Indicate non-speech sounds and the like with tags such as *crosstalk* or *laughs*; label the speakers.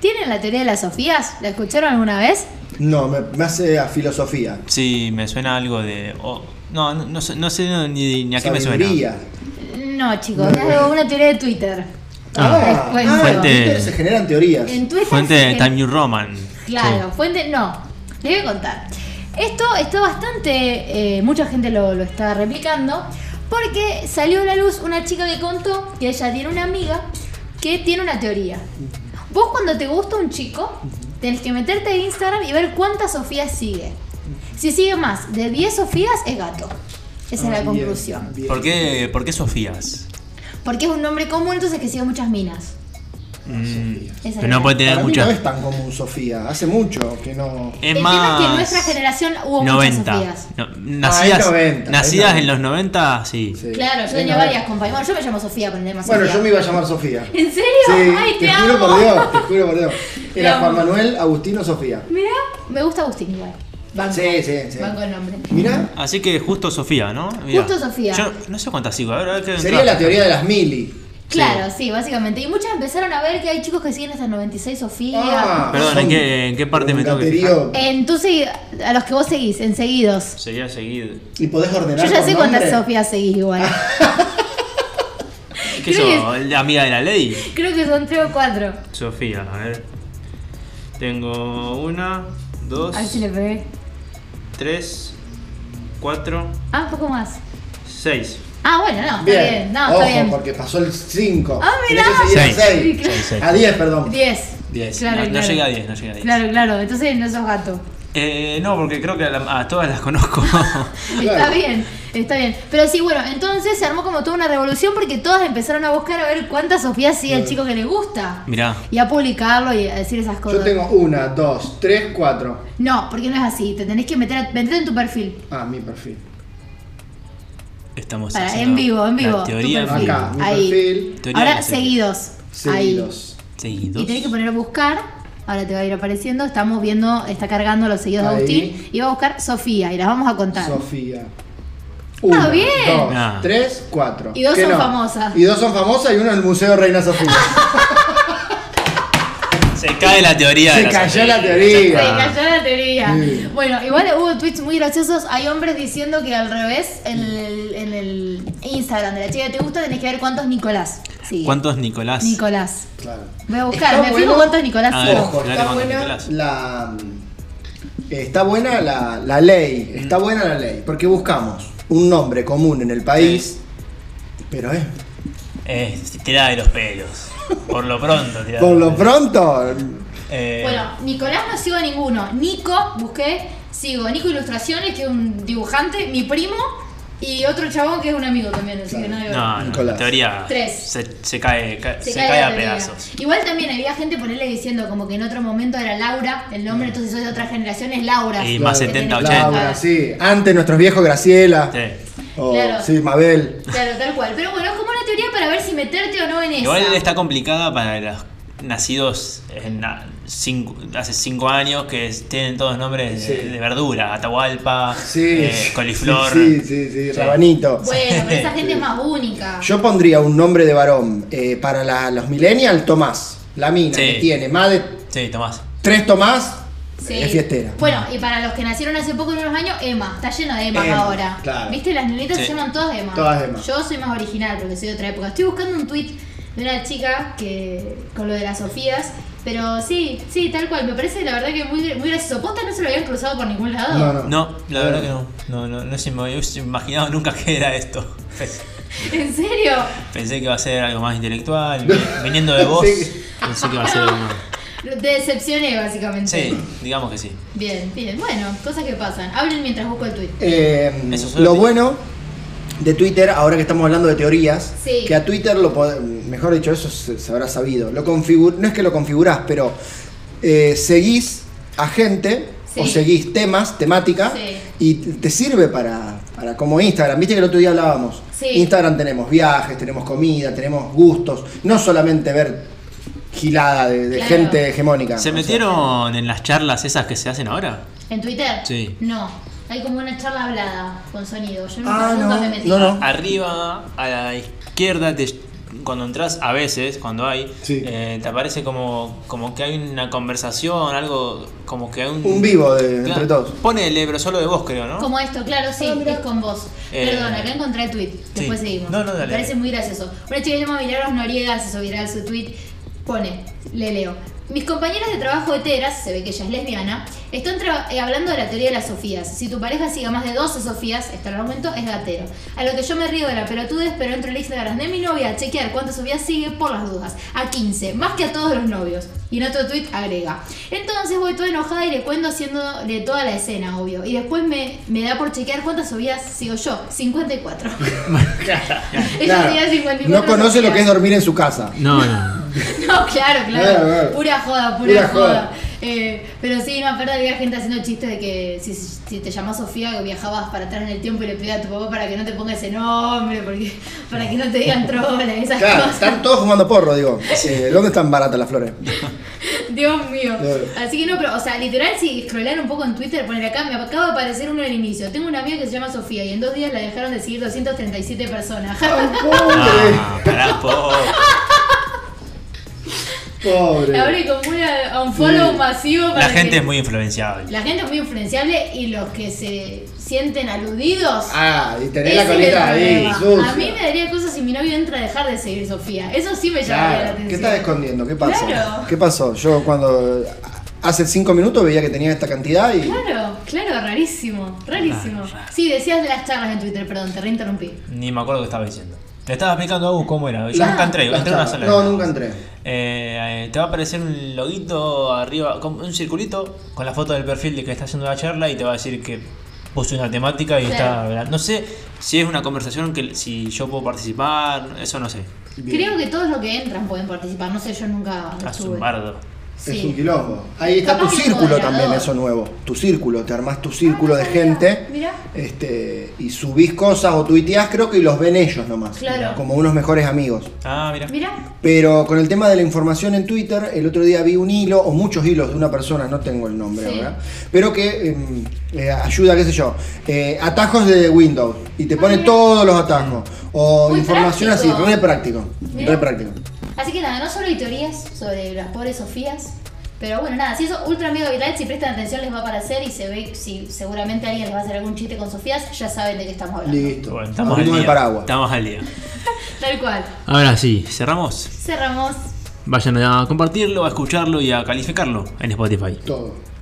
Speaker 1: ¿Tienen la teoría de las Sofías? ¿La escucharon alguna vez?
Speaker 2: No, me, me hace a filosofía.
Speaker 3: Sí, me suena algo de. oh, no, no, no sé, no sé ni, ni a qué me suena.
Speaker 2: Sabiduría.
Speaker 1: No, chicos, es algo- una teoría de Twitter.
Speaker 2: Ah,
Speaker 1: Es buen
Speaker 2: ah, en
Speaker 1: juego.
Speaker 3: fuente-
Speaker 2: Twitter se generan teorías.
Speaker 1: En Twitter
Speaker 3: Fuente
Speaker 1: se
Speaker 3: de
Speaker 1: gen-
Speaker 3: Time New Roman.
Speaker 1: Claro, fuente, no. Les voy a contar. Esto está bastante, eh, mucha gente lo, lo está replicando, porque salió a la luz una chica que contó que ella tiene una amiga que tiene una teoría. Vos cuando te gusta un chico, tenés que meterte en Instagram y ver cuántas Sofías sigue. Si sigue más de 10 Sofías, es gato. Esa es
Speaker 2: Ah,
Speaker 1: la
Speaker 2: bien,
Speaker 1: conclusión.
Speaker 2: bien.
Speaker 3: ¿Por qué, ¿Por qué Sofías?
Speaker 1: Porque es un nombre común, entonces que sigue muchas minas.
Speaker 3: Mm,
Speaker 1: Esa
Speaker 3: pero
Speaker 1: es
Speaker 3: no
Speaker 1: la-
Speaker 3: puede tener
Speaker 2: Ah, Para mí no es
Speaker 3: muchas.
Speaker 2: tan común, Sofía. Hace mucho que no.
Speaker 3: Es
Speaker 1: El tema
Speaker 3: más.
Speaker 1: es que en nuestra generación hubo muchas
Speaker 3: 90.
Speaker 1: Sofías.
Speaker 3: No, nacidas
Speaker 2: Ah, es 90,
Speaker 3: nacidas
Speaker 2: es
Speaker 3: en los 90, sí.
Speaker 2: Sí.
Speaker 1: Claro,
Speaker 2: Sí,
Speaker 1: yo tenía
Speaker 2: no.
Speaker 1: varias compañeras. Bueno, yo me llamo Sofía, pero más
Speaker 2: Bueno,
Speaker 1: Sofía.
Speaker 2: yo me iba a llamar Sofía.
Speaker 1: ¿En serio?
Speaker 2: Sí,
Speaker 1: Ay, te,
Speaker 2: te,
Speaker 1: amo.
Speaker 2: juro por Dios, te
Speaker 1: *laughs*
Speaker 2: juro por Dios.
Speaker 1: Te
Speaker 2: Era
Speaker 1: amo.
Speaker 2: Juan Manuel, Agustino, Sofía.
Speaker 1: Mirá, me gusta Agustín igual. Banco.
Speaker 2: Sí, sí, sí.
Speaker 1: Banco el nombre.
Speaker 2: Mirá,
Speaker 3: Así que justo Sofía, ¿no? Mirá.
Speaker 1: Justo Sofía.
Speaker 3: Yo no sé cuántas sigo, a ver, a ver qué
Speaker 2: sería la teoría de las mili.
Speaker 1: Claro, sí. básicamente. Y muchas empezaron a ver que hay chicos que siguen hasta 96 Sofía.
Speaker 2: Ah,
Speaker 3: Perdón,
Speaker 2: son
Speaker 3: ¿en qué- en qué parte me tengo que
Speaker 2: gaterío.
Speaker 1: En tú segui- a los que vos seguís, en seguidos.
Speaker 3: Sería seguir.
Speaker 2: Y podés
Speaker 1: Yo
Speaker 2: ordenar.
Speaker 1: ya
Speaker 2: por
Speaker 1: sé cuántas
Speaker 2: nombre.
Speaker 1: Sofías seguís
Speaker 2: *laughs*
Speaker 1: igual.
Speaker 3: ¿Qué
Speaker 1: Eh, Creo que-
Speaker 3: sos? ¿La amiga de la ley?
Speaker 1: Creo que son tres o cuatro.
Speaker 3: Sofía, a ver. Tengo una, dos,
Speaker 1: A ver si le pegué.
Speaker 3: tres, cuatro,
Speaker 1: Ah, un poco más.
Speaker 3: seis.
Speaker 1: Ah, bueno, no, está bien.
Speaker 2: Bien.
Speaker 1: No,
Speaker 2: Ojo,
Speaker 1: está bien.
Speaker 2: porque pasó el 5.
Speaker 1: Ah, mirá.
Speaker 3: Seis.
Speaker 1: Sí, claro.
Speaker 3: Seis, seis.
Speaker 2: A 10, perdón.
Speaker 1: 10.
Speaker 3: Diez.
Speaker 1: Claro,
Speaker 3: no, no
Speaker 1: claro.
Speaker 3: llegué a diez, no llegué a diez.
Speaker 1: Claro, claro. Entonces no sos gato.
Speaker 3: Eh, no, porque creo que a, la- a todas
Speaker 1: *laughs*
Speaker 3: las conozco.
Speaker 1: Está
Speaker 2: Claro.
Speaker 1: bien, está bien. Pero sí, bueno, entonces se armó como toda una revolución porque todas empezaron a buscar a ver cuántas Sofías sigue el chico que le gusta.
Speaker 3: Mirá.
Speaker 1: Y a publicarlo y a decir esas cosas.
Speaker 2: Yo tengo una, dos, tres, cuatro.
Speaker 1: No, porque no es así. Te tenés que meter, a- metete en tu perfil.
Speaker 2: Ah, mi perfil.
Speaker 3: Estamos
Speaker 1: Para,
Speaker 3: haciendo
Speaker 1: en vivo, en vivo.
Speaker 3: La teoría
Speaker 1: Tu
Speaker 3: en vivo.
Speaker 2: Acá, mi
Speaker 1: Ahí.
Speaker 2: perfil.
Speaker 3: Teoría de
Speaker 1: Ahora
Speaker 3: la serie.
Speaker 1: seguidos. Ahí.
Speaker 2: Seguidos.
Speaker 3: Seguidos.
Speaker 1: Y tenés que poner a buscar. Ahora te va a ir apareciendo. Estamos viendo, está cargando los seguidos de
Speaker 2: Ahí.
Speaker 1: Agustín. Y va a buscar Sofía y las vamos a contar.
Speaker 2: Sofía.
Speaker 1: Ah, bien.
Speaker 2: dos,
Speaker 3: Ah.
Speaker 2: tres, cuatro.
Speaker 1: Y dos
Speaker 2: ¿Qué
Speaker 1: son famosas.
Speaker 2: Y dos son famosas y uno en el Museo Reina
Speaker 1: *laughs*
Speaker 2: Sofía.
Speaker 3: Se cae la teoría.
Speaker 2: Se
Speaker 3: de
Speaker 2: cayó
Speaker 3: Sofía.
Speaker 2: la teoría.
Speaker 1: Se cayó la teoría.
Speaker 2: ah. Sí.
Speaker 1: Bueno, igual hubo tweets muy graciosos. Hay hombres diciendo que al revés, en el, en el Instagram de la chica que te gusta, tenés que ver cuántos Nicolás. Sí.
Speaker 3: ¿Cuántos Nicolás?
Speaker 1: Nicolás.
Speaker 2: claro.
Speaker 1: Voy a buscar,
Speaker 2: Está
Speaker 1: me
Speaker 2: bueno.
Speaker 1: fijo cuántos Nicolás
Speaker 3: A ver.
Speaker 1: hubo.
Speaker 2: Ojo,
Speaker 3: Claro,
Speaker 2: está
Speaker 3: cuando
Speaker 2: buena
Speaker 3: Nicolás.
Speaker 2: la. Está buena la, la ley.
Speaker 1: Mm.
Speaker 2: Está buena la ley. Porque buscamos un nombre común en el país. Pero es.
Speaker 3: Eh, tirada de los pelos. Por lo pronto, tirada
Speaker 2: Por
Speaker 3: de
Speaker 2: lo
Speaker 3: los pelos.
Speaker 2: pronto.
Speaker 3: Eh,
Speaker 1: Bueno, Nicolás no sigo a ninguno. Nico, busqué, sigo. Nico Ilustraciones, que es un dibujante, mi primo, y otro chabón que es un amigo también, así que no hay
Speaker 3: No, no,
Speaker 2: Nicolás.
Speaker 3: la teoría
Speaker 1: Tres.
Speaker 3: Se, se cae, ca- se cae,
Speaker 1: la
Speaker 3: a
Speaker 1: teoría.
Speaker 3: pedazos.
Speaker 1: Igual también había gente ponerle diciendo como que en otro momento era Laura, el nombre, entonces soy de otra generación, es Laura.
Speaker 3: Y más
Speaker 1: Que
Speaker 3: 70,
Speaker 1: tenés-
Speaker 3: 80.
Speaker 2: Laura, sí. Antes nuestros viejos Graciela.
Speaker 3: Sí.
Speaker 2: o,
Speaker 1: Claro.
Speaker 2: Sí, Mabel.
Speaker 1: Claro, tal cual. Pero bueno, es como una teoría para ver si meterte o no en
Speaker 3: Igual
Speaker 1: esa.
Speaker 3: está complicada para los nacidos en la- cinco- hace 5 años que es- tienen todos nombres de,
Speaker 2: Sí.
Speaker 3: de verdura: Atahualpa,
Speaker 2: Sí.
Speaker 3: eh, coliflor.
Speaker 2: Sí, sí, sí, sí, Rabanito.
Speaker 1: Bueno,
Speaker 3: *laughs*
Speaker 1: pero esa gente es más única.
Speaker 2: Yo pondría un nombre de varón eh, para la- los millennials, Tomás. La mina
Speaker 3: Sí.
Speaker 2: que tiene más de
Speaker 3: Sí, Tomás.
Speaker 2: tres Tomás
Speaker 1: Sí.
Speaker 2: es fiestera.
Speaker 1: Bueno, y para los que nacieron hace poco, en unos años, Emma. Está lleno de Emma
Speaker 2: Emma,
Speaker 1: ahora.
Speaker 2: claro.
Speaker 1: ¿Viste? Las niñitas se
Speaker 3: Sí.
Speaker 1: llaman todas Emma.
Speaker 2: Todas Emma.
Speaker 1: Yo soy más original porque soy de otra época. Estoy buscando un tweet de una chica que con lo de las Sofías. Pero sí, sí, tal cual. Me parece la verdad que muy, muy gracioso. ¿Posta no se lo habían cruzado por ningún lado?
Speaker 2: No, no.
Speaker 3: No, la verdad que no. No, no, no se me hubiese imaginado nunca que era esto.
Speaker 1: *laughs* ¿En serio?
Speaker 3: Pensé que iba a ser algo más intelectual. Viniendo de vos,
Speaker 2: Sí.
Speaker 3: pensé que iba a ser algo más.
Speaker 1: Te decepcioné, básicamente.
Speaker 3: Sí, digamos que sí.
Speaker 2: Ah,
Speaker 1: Bien, bien. Bueno, cosas que pasan. Hablen mientras busco el tweet.
Speaker 2: Eh,
Speaker 3: Eso suele-
Speaker 2: lo bueno de Twitter, ahora que estamos hablando de teorías,
Speaker 1: Sí.
Speaker 2: que a Twitter lo pod- mejor dicho, eso se, se habrá sabido. Lo configu- no es que lo configurás, pero eh, seguís a gente
Speaker 1: Sí.
Speaker 2: o seguís temas, temática,
Speaker 1: Sí.
Speaker 2: y te te sirve para, para como Instagram. Viste que el otro día hablábamos.
Speaker 1: Sí.
Speaker 2: Instagram tenemos viajes, tenemos comida, tenemos gustos, no solamente ver gilada de, de
Speaker 1: Claro.
Speaker 2: gente hegemónica.
Speaker 3: ¿Se
Speaker 2: O sea,
Speaker 3: metieron en las charlas esas que se hacen ahora?
Speaker 1: ¿En Twitter?
Speaker 3: Sí.
Speaker 1: No. Hay como una charla hablada con sonido. Yo nunca,
Speaker 2: Ah,
Speaker 1: nunca
Speaker 2: no,
Speaker 1: me metí.
Speaker 2: no, no.
Speaker 3: Arriba, a la izquierda, te- cuando entras, a veces, cuando hay,
Speaker 2: Sí.
Speaker 3: eh, te aparece como, como que hay una conversación, algo como que hay un.
Speaker 2: Un vivo de,
Speaker 3: Claro.
Speaker 2: entre todos.
Speaker 3: Ponele, pero solo de vos, creo, ¿no?
Speaker 1: Como esto, claro, sí,
Speaker 2: Ah, mirá.
Speaker 1: es con vos.
Speaker 3: Eh,
Speaker 1: Perdón, acá encontré el tweet. Después
Speaker 3: sí.
Speaker 1: seguimos.
Speaker 3: No, no, dale,
Speaker 1: Me parece
Speaker 3: dale.
Speaker 1: muy gracioso. Una chica llamada Milagros Noriega se hizo viral su tweet. Pone, le leo. Mis compañeras de trabajo heteras, se ve que ella es lesbiana, están tra- eh, hablando de la teoría de las Sofías. Si tu pareja sigue más de 12 Sofías, este argumento es gatero. A lo que yo me río de la pelotudez, pero entro en Instagram de mi novia a chequear cuántas Sofías sigue por las dudas. A 15, más que a todos los novios. Y en otro tweet agrega. Entonces voy toda enojada y le cuento haciéndole toda la escena, obvio. Y después me, me da por chequear cuántas Sofías sigo yo. 54. Ella *laughs*
Speaker 2: Claro.
Speaker 1: tenía 54
Speaker 2: No conoce lo
Speaker 1: Sofías.
Speaker 2: que es dormir en su casa.
Speaker 3: No, no.
Speaker 1: No, claro, claro.
Speaker 2: Claro, claro.
Speaker 1: Pura joda, pura,
Speaker 2: Pura
Speaker 1: joda.
Speaker 2: joda.
Speaker 1: Eh, pero sí, no, aparte había gente haciendo chistes de que si, si te llamás Sofía, que viajabas para atrás en el tiempo y le pedías a tu papá para que no te ponga ese nombre, porque para que no te digan trola, esas *laughs*
Speaker 2: Claro,
Speaker 1: cosas.
Speaker 2: están todos fumando porro, digo. Eh, ¿Dónde están baratas las flores?
Speaker 1: Dios mío.
Speaker 2: Claro.
Speaker 1: Así que no, pero, o sea, literal, si scrollar un poco en Twitter, poner acá, me acaba de aparecer uno del inicio. Tengo una amiga que se llama Sofía y en dos días la dejaron de seguir 237 personas. *laughs*
Speaker 2: ¡Ay, pobre! *laughs*
Speaker 3: Ah, pará, po.
Speaker 2: Pobre.
Speaker 1: Abre como una, a un follow
Speaker 2: Sí.
Speaker 1: masivo para
Speaker 3: La gente
Speaker 1: que-
Speaker 3: es muy influenciable.
Speaker 1: La gente es muy influenciable y los que se sienten aludidos.
Speaker 2: Ah, y tener
Speaker 1: ese
Speaker 2: la
Speaker 1: es el
Speaker 2: colita ahí,
Speaker 1: problema.
Speaker 2: sucia.
Speaker 1: A mí me daría cosa si mi novio entra a dejar de seguir Sofía. Eso sí me llamaría la
Speaker 2: Claro,
Speaker 1: atención.
Speaker 2: ¿qué estás escondiendo? ¿Qué pasó?
Speaker 1: Claro.
Speaker 2: ¿Qué pasó? Yo cuando hace cinco minutos veía que tenía esta cantidad y...
Speaker 1: Claro, claro, rarísimo, rarísimo.
Speaker 3: Raro, raro.
Speaker 1: Sí, decías de las charlas en Twitter, perdón, te reinterrumpí.
Speaker 3: Ni me acuerdo qué estaba diciendo. Le estaba explicando a Agus cómo era. Yo
Speaker 2: La-
Speaker 3: nunca entré,
Speaker 2: la
Speaker 3: entré una
Speaker 2: charla.
Speaker 3: sola
Speaker 2: No,
Speaker 3: vez.
Speaker 2: nunca entré.
Speaker 3: Eh, eh, te va a aparecer un loguito arriba, con un circulito con la foto del perfil de que está haciendo la charla y te va a decir que puse una temática y
Speaker 1: Claro.
Speaker 3: está. No sé si es una conversación que si yo puedo participar, eso no sé.
Speaker 2: Bien.
Speaker 1: Creo que todos los que entran pueden participar, no sé, yo nunca
Speaker 3: Es
Speaker 1: estuve.
Speaker 3: un bardo.
Speaker 2: Es un
Speaker 1: Sí.
Speaker 2: quilombo. Ahí está
Speaker 1: Capaz
Speaker 2: tu
Speaker 1: que
Speaker 2: círculo
Speaker 1: moderador.
Speaker 2: también, eso nuevo. Tu círculo, te armás tu círculo
Speaker 1: Ah,
Speaker 2: de
Speaker 1: no sabía.
Speaker 2: gente.
Speaker 1: Mirá.
Speaker 2: Este, y subís cosas o tuiteás, creo que los ven ellos nomás.
Speaker 1: Claro.
Speaker 2: Como unos mejores amigos.
Speaker 3: Ah, mira.
Speaker 1: Mirá,
Speaker 2: Pero con el tema de la información en Twitter, el otro día vi un hilo, o muchos hilos de una persona, no tengo el nombre
Speaker 1: Sí.
Speaker 2: ahora, pero que eh, eh, ayuda, qué sé yo, eh, atajos de Windows, y te pone todos los atajos, o
Speaker 1: Ah, Muy
Speaker 2: información
Speaker 1: práctico.
Speaker 2: así, re práctico,
Speaker 1: Mirá.
Speaker 2: re práctico.
Speaker 1: Así que nada, no solo hay teorías sobre las pobres Sofías, pero bueno, nada, si eso ultra mega viral, si prestan atención les va a aparecer y se ve si seguramente alguien les va a hacer algún chiste con Sofías, ya saben de qué estamos hablando.
Speaker 2: Listo,
Speaker 3: Bueno, estamos al
Speaker 2: abrimos
Speaker 3: día.
Speaker 2: el Ah, paraguas.
Speaker 3: Estamos al día.
Speaker 1: Tal cual.
Speaker 3: Ahora sí, cerramos.
Speaker 1: Cerramos.
Speaker 3: Vayan a compartirlo, a escucharlo y a calificarlo en Spotify.
Speaker 2: Todo.